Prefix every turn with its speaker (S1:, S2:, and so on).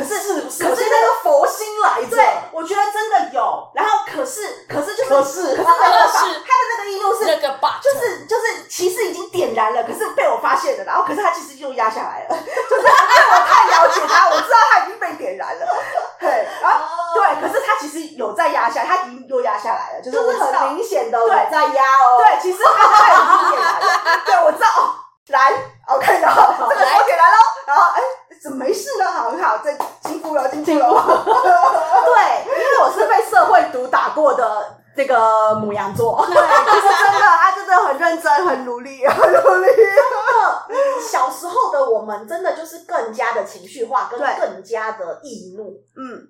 S1: 是
S2: 是是
S1: 可是
S2: 那个佛心来
S1: 对
S2: 着，，
S1: 我觉得真的有。然后可是可是就是
S2: 可是
S1: 可是没办法，
S3: 可
S1: 他
S3: 是
S1: 的那个易怒是
S3: 那个吧，
S1: 就是就是其实已经点燃了，可是被我发现了，然后可是他其实又压下来了， 就是因为我太了解他，我知道他已经被点
S2: 哦
S1: 燃了，对，然后啊对，可是他其实有在压下，他已经又压下来了，就是
S2: 就
S1: 我
S2: 是
S1: 知道
S2: 很，明显的我
S1: 对
S2: 在压哦，
S1: 对，其实他他已经点燃了，对，我知道，哦、来，OK，然后哦这个时候点燃喽，然后哎，怎么没事呢？好很好，这进步了，进步了，
S2: 对，因为我是被社会毒打过的这个母羊座，
S1: 对，就是真的，他真的很认真，很努力，很努力，
S2: 小时候的我们真的就是更加的情绪化，跟
S1: 对
S2: 更加的易怒。
S1: 嗯，